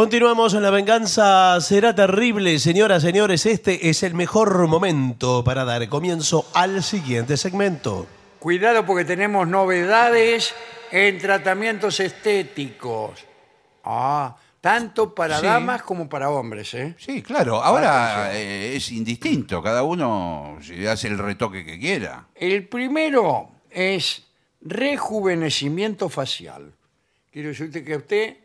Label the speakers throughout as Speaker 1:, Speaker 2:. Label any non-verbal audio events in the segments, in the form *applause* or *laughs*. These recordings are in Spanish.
Speaker 1: Continuamos en la venganza. Será terrible, señoras, señores. Este es el mejor momento para dar comienzo al siguiente segmento.
Speaker 2: Cuidado porque tenemos novedades en tratamientos estéticos. Ah, tanto para
Speaker 3: Sí.
Speaker 2: damas como para hombres, ¿eh?
Speaker 3: Sí, claro. Ahora eh, es indistinto. Cada uno se hace el retoque que quiera.
Speaker 2: El primero es rejuvenecimiento facial. Quiero decirte que a usted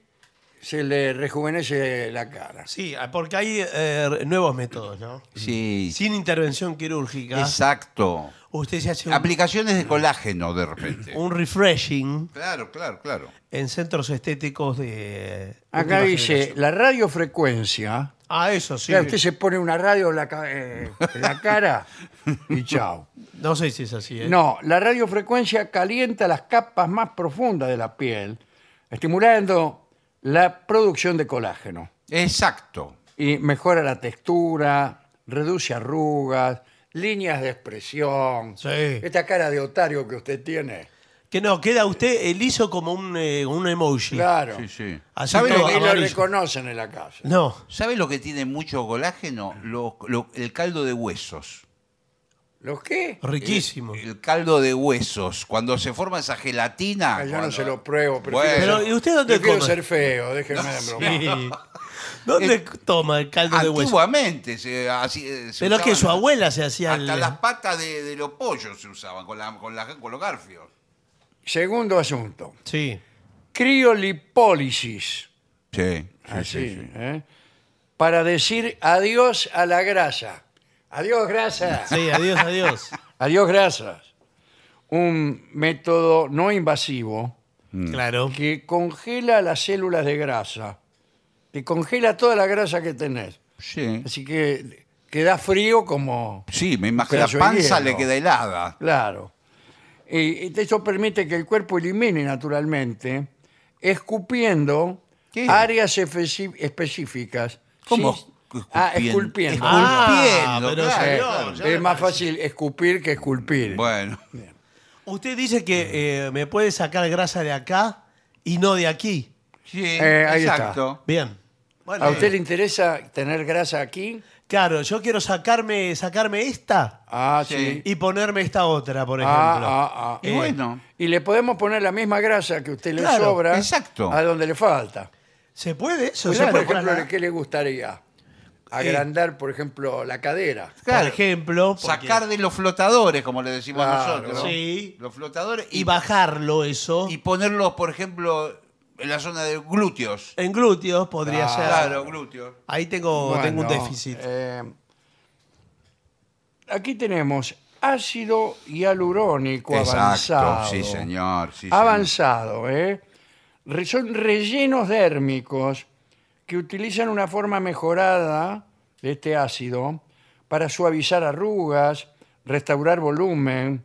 Speaker 2: se le rejuvenece la cara.
Speaker 1: Sí, porque hay eh, nuevos métodos, ¿no?
Speaker 3: Sí,
Speaker 1: Sin intervención quirúrgica,
Speaker 3: exacto.
Speaker 1: usted se hace un,
Speaker 3: Aplicaciones de colágeno de repente.
Speaker 1: un refreshing
Speaker 3: Claro, claro, claro.
Speaker 1: en centros estéticos de.
Speaker 2: Acá
Speaker 1: última
Speaker 2: dice,
Speaker 1: generación.
Speaker 2: la radiofrecuencia.
Speaker 1: Ah, eso sí.
Speaker 2: Claro, usted se pone una radio en la, ca- eh, en la cara y chao.
Speaker 1: No sé si es así. ¿eh?
Speaker 2: No, la radiofrecuencia calienta las capas más profundas de la piel, estimulando la producción de colágeno.
Speaker 3: Exacto.
Speaker 2: Y mejora la textura, reduce arrugas, líneas de expresión.
Speaker 1: Sí.
Speaker 2: Esta cara de otario que usted tiene.
Speaker 1: Que no, queda usted el liso como un, eh, un emoji.
Speaker 2: Claro.
Speaker 3: Sí, sí.
Speaker 1: Así
Speaker 3: ¿Sabe
Speaker 1: todo
Speaker 3: lo,
Speaker 2: Y
Speaker 3: que,
Speaker 2: lo
Speaker 1: amarillo.
Speaker 2: reconocen en la casa.
Speaker 1: No.
Speaker 3: sabe lo que tiene mucho colágeno? Lo- lo- el caldo de huesos.
Speaker 2: ¿Los qué?
Speaker 1: Ah, Riquísimo.
Speaker 3: El caldo de huesos. Cuando se forma esa gelatina.
Speaker 2: Ah, yo no
Speaker 3: cuando-
Speaker 2: se lo pruebo. Prefiero,
Speaker 3: Bueno.
Speaker 1: Pero, ¿y usted dónde
Speaker 2: prefiero
Speaker 1: come?
Speaker 2: ser feo, déjeme de broma.
Speaker 1: *laughs* Sí. ¿Dónde
Speaker 3: Eh,
Speaker 1: toma el caldo de hueso?
Speaker 3: Antiguamente se, así, eh, se
Speaker 1: Pero
Speaker 3: usaban-
Speaker 1: que su abuela se hacía
Speaker 3: Hasta
Speaker 1: el-
Speaker 3: las patas de, de los pollos se usaban con, la- con, la- con los garfios.
Speaker 2: Segundo asunto.
Speaker 1: Sí.
Speaker 2: Criolipólisis.
Speaker 3: Sí.
Speaker 2: Así, ¿eh? Para decir adiós a la grasa. Adiós, grasa.
Speaker 1: Sí, adiós, adiós.
Speaker 2: Adiós, grasas. Un método no invasivo
Speaker 1: Claro.
Speaker 2: que congela las células de grasa. Te congela toda la grasa que tenés.
Speaker 3: Sí.
Speaker 2: Así que queda frío como...
Speaker 3: Sí, me imagino.
Speaker 2: Pedazo
Speaker 3: La
Speaker 2: de
Speaker 3: panza
Speaker 2: hielo.
Speaker 3: le queda helada.
Speaker 2: Claro. Y y eso permite que el cuerpo elimine naturalmente, escupiendo
Speaker 3: ¿Qué?
Speaker 2: áreas efeci- específicas.
Speaker 3: ¿Cómo
Speaker 2: Sí.
Speaker 3: escupiendo?
Speaker 2: Ah, esculpiendo.
Speaker 1: Ah,
Speaker 3: Esculpiendo,
Speaker 1: pero
Speaker 2: Eh,
Speaker 3: claro,
Speaker 1: señor,
Speaker 3: claro.
Speaker 1: ya
Speaker 2: es más fácil escupir que esculpir.
Speaker 3: Bueno.
Speaker 1: Usted dice
Speaker 3: Mm.
Speaker 1: que eh, me puede sacar grasa de acá y no de aquí.
Speaker 3: Sí,
Speaker 2: Eh, ahí está.
Speaker 3: exacto.
Speaker 1: Bien. Bueno,
Speaker 2: ¿A usted le interesa tener grasa aquí?
Speaker 1: claro, yo quiero sacarme, sacarme esta
Speaker 2: Ah, sí.
Speaker 3: Sí.
Speaker 1: y ponerme esta otra, por ejemplo.
Speaker 2: Ah, ah, ah.
Speaker 3: Y bueno,
Speaker 2: Y le podemos poner la misma grasa que a usted le
Speaker 1: Claro,
Speaker 2: sobra
Speaker 3: exacto.
Speaker 2: a donde le falta.
Speaker 1: ¿Se puede eso?
Speaker 2: Usted,
Speaker 1: ¿Se
Speaker 2: por
Speaker 1: puede
Speaker 2: ejemplo,
Speaker 1: trasladar?
Speaker 2: ¿qué le gustaría? Agrandar, por ejemplo, la cadera.
Speaker 3: Claro.
Speaker 1: Por ejemplo, porque-
Speaker 3: Sacar de los flotadores, como le decimos
Speaker 2: Claro,
Speaker 3: nosotros.
Speaker 1: sí.
Speaker 3: Los flotadores y,
Speaker 1: y bajarlo eso
Speaker 3: y ponerlos, por ejemplo, en la zona de glúteos.
Speaker 1: en glúteos podría ser.
Speaker 3: Claro, glúteos.
Speaker 1: Ahí tengo,
Speaker 2: Bueno,
Speaker 1: tengo un déficit.
Speaker 2: eh, aquí tenemos ácido hialurónico avanzado.
Speaker 3: sí, señor. sí, señor.
Speaker 2: avanzado, ¿eh? Re- Son rellenos dérmicos que utilizan una forma mejorada de este ácido para suavizar arrugas, restaurar volumen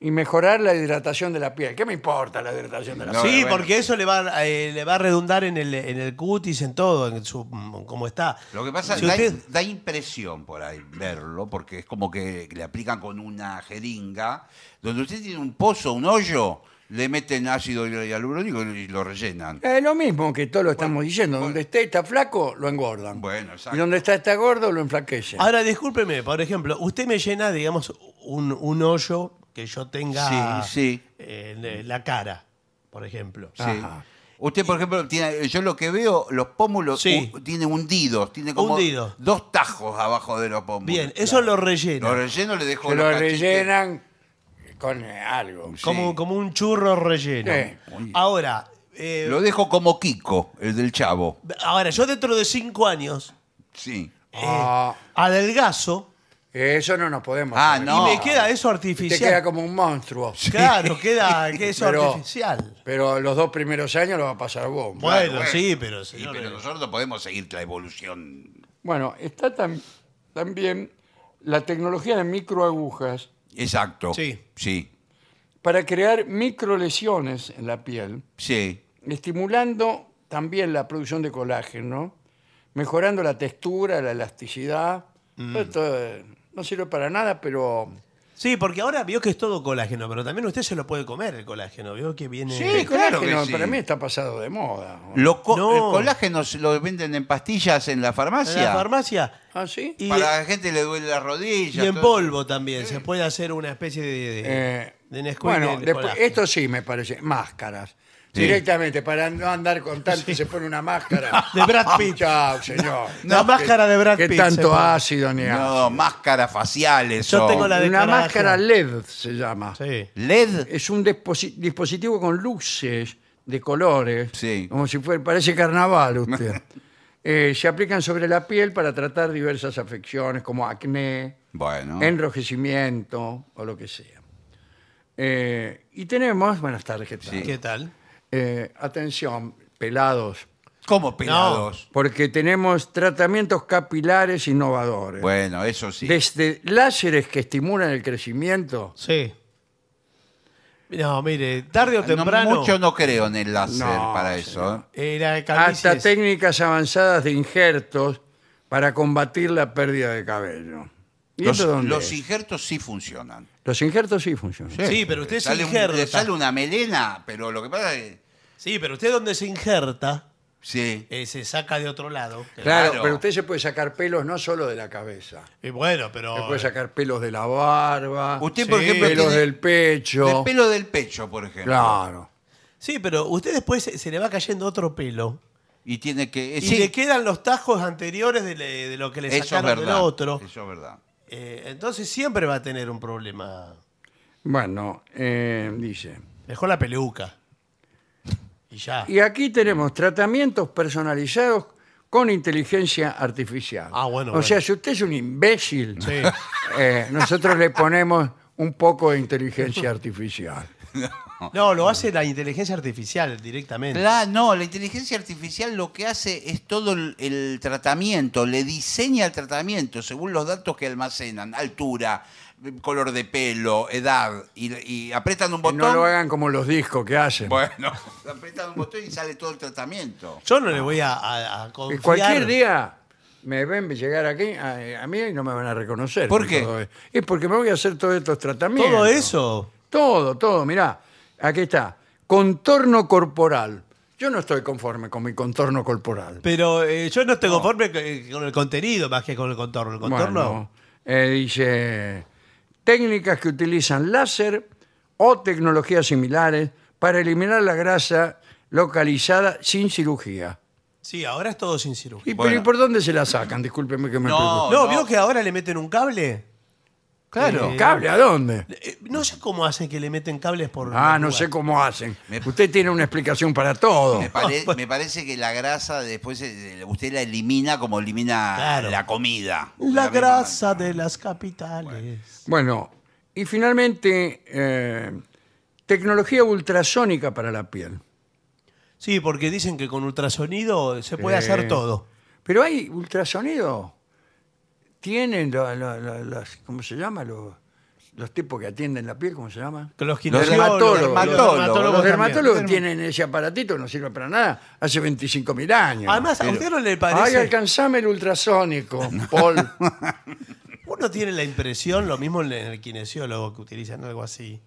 Speaker 2: y mejorar la hidratación de la piel. ¿Qué me importa la hidratación de la
Speaker 3: No,
Speaker 2: piel?
Speaker 1: sí,
Speaker 3: bueno.
Speaker 1: porque eso le va, a- eh, le va a redundar en el, en el cutis, en todo, en su, mm, como está.
Speaker 3: Lo que pasa es
Speaker 1: Si
Speaker 3: que da,
Speaker 1: usted-
Speaker 3: da impresión por ahí verlo, porque es como que le aplican con una jeringa, donde usted tiene un pozo, un hoyo, le meten ácido hialurónico y lo rellenan.
Speaker 2: Es lo mismo que todo lo estamos diciendo. Donde esté está flaco, lo engordan.
Speaker 3: Bueno, exacto.
Speaker 2: Y donde está está gordo, lo enflaquecen.
Speaker 1: Ahora, discúlpeme, por ejemplo, usted me llena, digamos, un, un hoyo que yo tenga
Speaker 3: Sí, sí. Ah,
Speaker 1: en eh, la cara, por ejemplo.
Speaker 3: Sí. Usted, por ejemplo, tiene, yo lo que veo, los pómulos
Speaker 1: Sí.
Speaker 3: hu- tiene hundidos, tiene como
Speaker 1: Hundido.
Speaker 3: dos tajos abajo de los pómulos.
Speaker 1: Bien, eso lo rellena.
Speaker 3: Lo relleno le dejo
Speaker 2: Se lo
Speaker 3: los cachetes.
Speaker 2: rellenan con eh, algo.
Speaker 1: como,
Speaker 3: Sí.
Speaker 1: como un churro relleno.
Speaker 2: Sí.
Speaker 3: Uy.
Speaker 1: Ahora, eh,
Speaker 3: Lo dejo como Kiko, el del chavo.
Speaker 1: ahora, yo dentro de cinco años
Speaker 3: Sí.
Speaker 1: eh,
Speaker 2: Ah.
Speaker 1: adelgazo
Speaker 2: Eso no nos podemos.
Speaker 3: Ah,
Speaker 2: comer.
Speaker 3: No.
Speaker 1: y me queda eso
Speaker 2: Te queda
Speaker 3: *laughs*
Speaker 1: artificial.
Speaker 2: como un monstruo.
Speaker 1: Claro, queda que eso
Speaker 2: Pero-
Speaker 1: artificial.
Speaker 2: Pero los dos primeros años lo va a pasar bomba. Bueno,
Speaker 1: Bueno,
Speaker 3: bueno.
Speaker 1: sí, pero eh.
Speaker 3: Sí,
Speaker 1: señores.
Speaker 3: pero nosotros no podemos seguir la evolución.
Speaker 2: está tam- también la tecnología de microagujas
Speaker 3: Exacto.
Speaker 1: Sí.
Speaker 3: Sí.
Speaker 2: para crear microlesiones en la piel,
Speaker 3: Sí.
Speaker 2: estimulando también la producción de colágeno, mejorando
Speaker 3: Mm.
Speaker 2: la textura, la elasticidad. Esto eh, no sirve para nada, pero
Speaker 1: Sí, porque ahora vio que es todo colágeno, pero también usted se lo puede comer el colágeno. Vio que viene.
Speaker 2: Sí,
Speaker 3: claro que
Speaker 2: colágeno,
Speaker 3: sí.
Speaker 2: para mí está pasado de moda.
Speaker 3: Lo co-
Speaker 1: No.
Speaker 3: El colágeno se lo venden en pastillas en la farmacia.
Speaker 1: en la farmacia.
Speaker 2: ¿Ah, sí?
Speaker 1: Y,
Speaker 3: Para la gente le duele la
Speaker 1: y
Speaker 3: rodilla.
Speaker 1: en
Speaker 3: todo
Speaker 1: polvo también. Se puede hacer una especie de. de,
Speaker 2: Eh,
Speaker 1: de Nesquik
Speaker 2: bueno,
Speaker 1: de
Speaker 2: después-
Speaker 1: colágeno.
Speaker 2: esto sí me parece, máscaras.
Speaker 3: Sí.
Speaker 2: Directamente, para no andar con tanto, se pone una máscara.
Speaker 1: *laughs* De Brad Pitt.
Speaker 2: *laughs* Chao, señor.
Speaker 1: La máscara de Brad
Speaker 2: ¿Qué
Speaker 1: Pitt,
Speaker 2: tanto
Speaker 1: se pone.
Speaker 2: ácido ni
Speaker 3: eso.
Speaker 2: ácido?
Speaker 3: No, máscaras faciales.
Speaker 1: Yo
Speaker 3: son.
Speaker 1: tengo la Eh, de
Speaker 2: Una
Speaker 1: carajo.
Speaker 2: máscara LED se llama.
Speaker 1: Sí.
Speaker 3: LED.
Speaker 2: Es un disposi- dispositivo con luces de colores.
Speaker 3: Sí.
Speaker 2: Como si fuera, parece carnaval
Speaker 1: *laughs*
Speaker 2: usted. Eh, se aplican sobre la piel para tratar diversas afecciones como acné,
Speaker 3: Bueno.
Speaker 2: enrojecimiento o lo que sea. Eh, y tenemos, buenas tardes, ¿qué tal?
Speaker 3: Sí.
Speaker 1: ¿Qué tal?
Speaker 2: Eh, atención, pelados,
Speaker 3: ¿Cómo pelados?
Speaker 2: porque tenemos tratamientos capilares innovadores.
Speaker 3: Bueno, eso sí.
Speaker 2: Desde láseres que estimulan el crecimiento.
Speaker 1: Sí. No, mire, tarde o
Speaker 3: No,
Speaker 1: temprano.
Speaker 3: mucho no creo en el láser
Speaker 2: No,
Speaker 3: para
Speaker 2: señor.
Speaker 3: eso. ¿eh?
Speaker 1: eh, la calvicie
Speaker 2: hasta
Speaker 1: es-
Speaker 2: técnicas avanzadas de injertos para combatir la pérdida de cabello. ¿Y
Speaker 3: Los,
Speaker 2: esto dónde
Speaker 3: los
Speaker 2: es?
Speaker 3: injertos sí funcionan.
Speaker 2: Los injertos sí funcionan.
Speaker 1: Sí, pero usted se
Speaker 3: Sale un-
Speaker 1: injerta.
Speaker 3: le sale una melena, pero lo que pasa es.
Speaker 1: Sí, pero usted donde se injerta,
Speaker 3: Sí.
Speaker 1: eh, se saca de otro lado.
Speaker 2: Claro,
Speaker 3: Claro.
Speaker 2: pero usted se puede sacar pelos no solo de la cabeza.
Speaker 1: Y Eh, bueno, pero.
Speaker 2: Se puede
Speaker 3: eh.
Speaker 2: sacar pelos de la barba,
Speaker 3: Usted, por
Speaker 1: Sí,
Speaker 3: ejemplo,
Speaker 2: pelos
Speaker 3: tiene
Speaker 2: del pecho.
Speaker 3: del pelo del pecho, por ejemplo.
Speaker 2: Claro.
Speaker 1: Sí, pero usted después se, se le va cayendo otro pelo.
Speaker 3: Y tiene que. eh,
Speaker 1: Y
Speaker 3: sí,
Speaker 1: le quedan los tajos anteriores de, le- de lo que le
Speaker 3: eso es
Speaker 1: sacaron del
Speaker 3: verdad.
Speaker 1: otro.
Speaker 3: Eso es verdad.
Speaker 1: Eh, entonces siempre va a tener un problema.
Speaker 2: Bueno, eh, dice.
Speaker 1: Mejor la peluca. Y ya.
Speaker 2: Y aquí tenemos tratamientos personalizados con inteligencia artificial.
Speaker 1: Ah, bueno,
Speaker 2: O
Speaker 1: bueno.
Speaker 2: sea, si usted es un imbécil,
Speaker 1: Sí.
Speaker 2: *laughs* eh, nosotros le ponemos un poco de inteligencia artificial.
Speaker 1: No, lo hace la inteligencia artificial directamente.
Speaker 3: La- no, la inteligencia artificial lo que hace es todo el, el tratamiento, le diseña el tratamiento según los datos que almacenan, altura, color de pelo, edad, y, y apretan un
Speaker 2: Que
Speaker 3: botón.
Speaker 2: no lo hagan como los discos que hacen.
Speaker 3: Bueno, *laughs* apretan un botón y sale todo el tratamiento.
Speaker 1: Yo no le voy a, a- a confiar.
Speaker 2: Que cualquier día me ven llegar aquí a, a mí y no me van a reconocer.
Speaker 3: ¿Por
Speaker 2: con
Speaker 3: qué?
Speaker 2: todo esto. Es porque me voy a hacer todos estos tratamientos.
Speaker 1: Todo eso.
Speaker 2: Todo, todo, mirá. Aquí está. Contorno corporal. Yo no estoy conforme con mi contorno corporal.
Speaker 1: Pero eh, yo no estoy conforme eh, con el contenido más que con el contorno. El contorno.
Speaker 2: Bueno, eh, dice, técnicas que utilizan láser o tecnologías similares para eliminar la grasa localizada sin cirugía.
Speaker 1: Sí, ahora es todo sin cirugía.
Speaker 2: ¿Y,
Speaker 3: Bueno.
Speaker 2: pero, ¿y por dónde se la sacan? Discúlpeme que me
Speaker 3: No,
Speaker 2: pregunte.
Speaker 1: No,
Speaker 3: no.
Speaker 1: vio que ahora le meten un cable.
Speaker 3: Claro.
Speaker 1: Eh,
Speaker 2: ¿Cable a dónde?
Speaker 1: Eh, No sé cómo hacen que le meten cables por. los
Speaker 2: Ah, no
Speaker 1: lugares.
Speaker 2: sé cómo hacen.
Speaker 3: Me-
Speaker 2: Usted tiene una explicación para todo.
Speaker 3: Me,
Speaker 1: *laughs*
Speaker 3: pare- me parece que la grasa después eh, usted la elimina como elimina
Speaker 1: Claro.
Speaker 3: la comida.
Speaker 1: La
Speaker 3: misma
Speaker 1: grasa
Speaker 3: manera.
Speaker 1: de las capitales.
Speaker 2: Bueno, y finalmente, eh, tecnología ultrasónica para la piel.
Speaker 1: Sí, porque dicen que con ultrasonido se puede
Speaker 2: Eh,
Speaker 1: hacer todo.
Speaker 2: Pero hay ultrasonido. Tienen lo- lo- lo- las, ¿cómo se llama? Los, los tipos que atienden la piel, ¿cómo se llama?
Speaker 1: Los los
Speaker 2: dermatólogos,
Speaker 3: dermatólogos,
Speaker 2: Los
Speaker 3: Los
Speaker 2: dermatólogos
Speaker 1: también.
Speaker 2: tienen ese aparatito, no sirve para nada, hace 25.000 años.
Speaker 1: Además, a usted no le
Speaker 2: Ay,
Speaker 1: parece.
Speaker 2: alcanzame el
Speaker 1: *laughs*
Speaker 2: ultrasónico, Paul.
Speaker 1: Uno tiene la impresión, lo mismo en el kinesiólogo que utilizan algo así,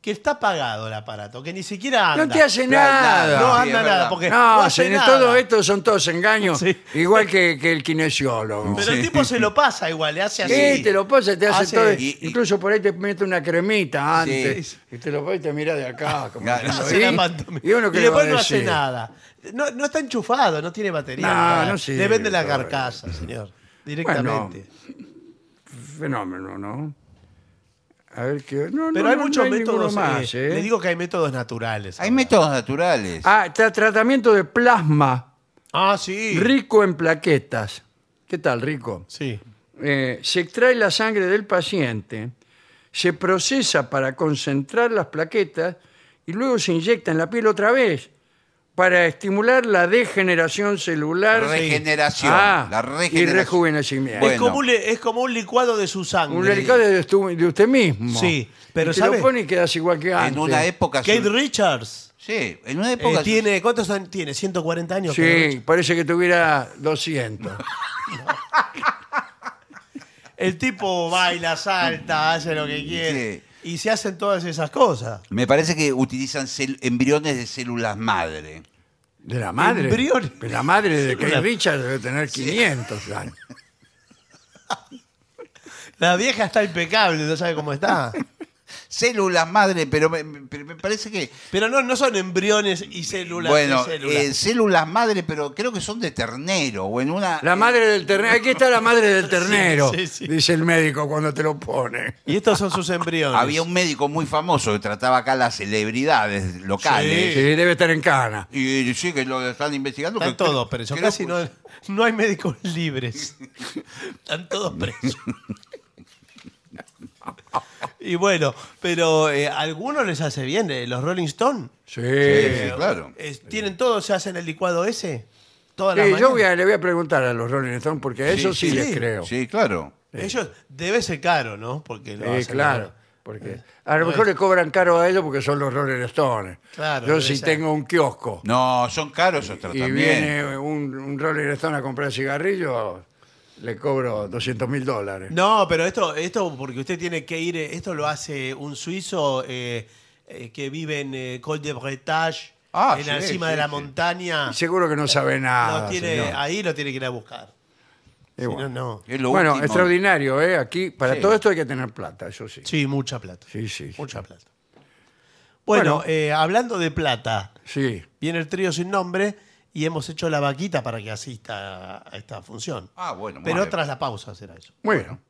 Speaker 1: que está pagado el aparato, que ni siquiera anda.
Speaker 2: No te hace nada.
Speaker 1: No
Speaker 3: Sí, es
Speaker 1: anda nada,
Speaker 3: verdad.
Speaker 1: porque no,
Speaker 2: No,
Speaker 1: hace
Speaker 2: señor,
Speaker 1: nada.
Speaker 2: todo esto son todos engaños,
Speaker 1: Sí.
Speaker 2: igual que, que el kinesiólogo.
Speaker 1: Pero el tipo se lo pasa igual, le hace así.
Speaker 2: Sí, te lo pasa, te hace,
Speaker 1: Hace-
Speaker 2: todo.
Speaker 3: y- y-
Speaker 2: incluso por ahí te mete una cremita antes.
Speaker 3: Sí.
Speaker 2: Y te lo pasa y te mira de
Speaker 1: Ah,
Speaker 2: acá. como
Speaker 3: Claro.
Speaker 2: diciendo,
Speaker 1: Hace la
Speaker 2: ¿y?
Speaker 1: pantomima.
Speaker 2: Y uno que le va a
Speaker 1: después no hace
Speaker 2: decir.
Speaker 1: nada. No, no está enchufado, no tiene batería.
Speaker 2: No,
Speaker 1: nada.
Speaker 2: no sirve
Speaker 1: le vende la
Speaker 2: todo eso.
Speaker 1: carcasa, señor. Directamente.
Speaker 2: Fenómeno, ¿no? A ver qué. No, no,
Speaker 1: Pero
Speaker 2: no,
Speaker 1: hay
Speaker 2: no
Speaker 1: muchos
Speaker 2: ninguno
Speaker 1: métodos.
Speaker 2: más.
Speaker 1: eh,
Speaker 2: ¿eh?
Speaker 1: Le digo que hay métodos naturales.
Speaker 3: Hay
Speaker 1: ahora.
Speaker 3: métodos naturales.
Speaker 2: Ah, tra- tratamiento de plasma
Speaker 1: Ah, sí.
Speaker 2: rico en plaquetas. ¿Qué tal, rico?
Speaker 1: Sí.
Speaker 2: Eh, se extrae la sangre del paciente, se procesa para concentrar las plaquetas y luego se inyecta en la piel otra vez para estimular la degeneración celular
Speaker 3: Regeneración,
Speaker 2: Ah,
Speaker 3: la regeneración.
Speaker 2: y rejuvenecimiento.
Speaker 1: Es,
Speaker 3: Bueno.
Speaker 1: como un, le- es como un licuado de su sangre.
Speaker 2: Un delicado de, tu- de usted mismo.
Speaker 1: Sí, pero
Speaker 2: Y te
Speaker 1: ¿sabe?
Speaker 2: lo pone y quedas igual que antes.
Speaker 3: en una época.
Speaker 1: Kate
Speaker 3: su-
Speaker 1: Richards.
Speaker 3: sí, en una
Speaker 1: eh,
Speaker 3: época. su-
Speaker 1: tiene, ¿Cuántos años tiene? 140 años. Kate
Speaker 2: Sí,
Speaker 1: Richards.
Speaker 2: parece que tuviera 200.
Speaker 1: el tipo baila, salta, hace lo que quiere. Y se hacen todas esas cosas.
Speaker 3: Me parece que utilizan cel- embriones de células madre.
Speaker 2: De la madre.
Speaker 1: Embriones.
Speaker 2: Pero la madre
Speaker 1: *laughs*
Speaker 2: de Kate Richards debe tener 500 años.
Speaker 1: La vieja está impecable, no sabe cómo está.
Speaker 3: Células madre, pero me, me- pero me parece que.
Speaker 1: Pero no, no son embriones y células.
Speaker 3: bueno,
Speaker 1: y células.
Speaker 3: eh, células madre, pero creo que son de ternero o en una.
Speaker 2: La madre del ternero. Aquí está la madre del ternero,
Speaker 1: sí, sí.
Speaker 2: dice el médico cuando te lo pone.
Speaker 1: Y estos son sus embriones.
Speaker 3: Había un médico muy famoso que trataba acá las celebridades
Speaker 2: Sí,
Speaker 3: locales.
Speaker 2: debe estar en cana.
Speaker 3: Y sí, que lo están investigando.
Speaker 1: Están
Speaker 3: que-
Speaker 1: todos presos.
Speaker 3: creo-
Speaker 1: Casi no, no hay médicos
Speaker 3: *laughs*
Speaker 1: libres. Están todos presos. Y bueno, pero eh, a algunos les hace bien. eh, los Rolling Stone
Speaker 2: Sí.
Speaker 3: Sí, sí, claro.
Speaker 1: eh, tienen todo, se hacen el licuado ese. Toda
Speaker 2: Sí,
Speaker 1: la
Speaker 2: Eh, yo voy a- le voy a preguntar a los Rolling Stones porque a eso sí,
Speaker 3: sí.
Speaker 2: les creo. Sí,
Speaker 3: Sí, claro.
Speaker 1: Ellos debe ser caro, ¿no? Porque lo hacen,
Speaker 2: claro.
Speaker 1: ¿no?
Speaker 2: Porque a lo mejor le cobran caro a ellos porque son los Rolling Stones.
Speaker 1: Claro,
Speaker 2: yo
Speaker 1: debe
Speaker 2: si
Speaker 1: ser.
Speaker 2: tengo un kiosco
Speaker 3: No, son caros esos
Speaker 2: y
Speaker 3: tratamientos.
Speaker 2: viene un, un Rolling Stone a comprar cigarrillos, le cobro 200 mil dólares.
Speaker 1: No, pero esto, esto porque usted tiene que ir, eh, esto lo hace un suizo eh, eh, que vive en eh, Col de Bretagne,
Speaker 3: Ah,
Speaker 1: en
Speaker 3: sí,
Speaker 1: la cima
Speaker 3: sí,
Speaker 1: de la
Speaker 3: sí.
Speaker 1: montaña.
Speaker 2: Seguro que no sabe nada.
Speaker 1: Lo tiene-
Speaker 2: Ah, señor.
Speaker 1: ahí lo tiene que ir a buscar.
Speaker 2: Y
Speaker 1: Si no,
Speaker 2: bueno.
Speaker 1: no.
Speaker 3: Es lo
Speaker 2: Bueno,
Speaker 3: último.
Speaker 2: extraordinario, ¿eh? Aquí, para
Speaker 3: Sí.
Speaker 2: todo esto hay que tener plata, eso sí.
Speaker 1: Sí, mucha plata.
Speaker 2: Sí, sí.
Speaker 1: Mucha plata. Bueno,
Speaker 2: Bueno.
Speaker 1: eh, hablando de plata,
Speaker 2: Sí.
Speaker 1: viene el trío sin nombre y hemos hecho la vaquita para que asista a esta función.
Speaker 3: Ah, bueno, muy
Speaker 1: Pero
Speaker 3: bien.
Speaker 1: tras la pausa será eso.
Speaker 2: Muy bien.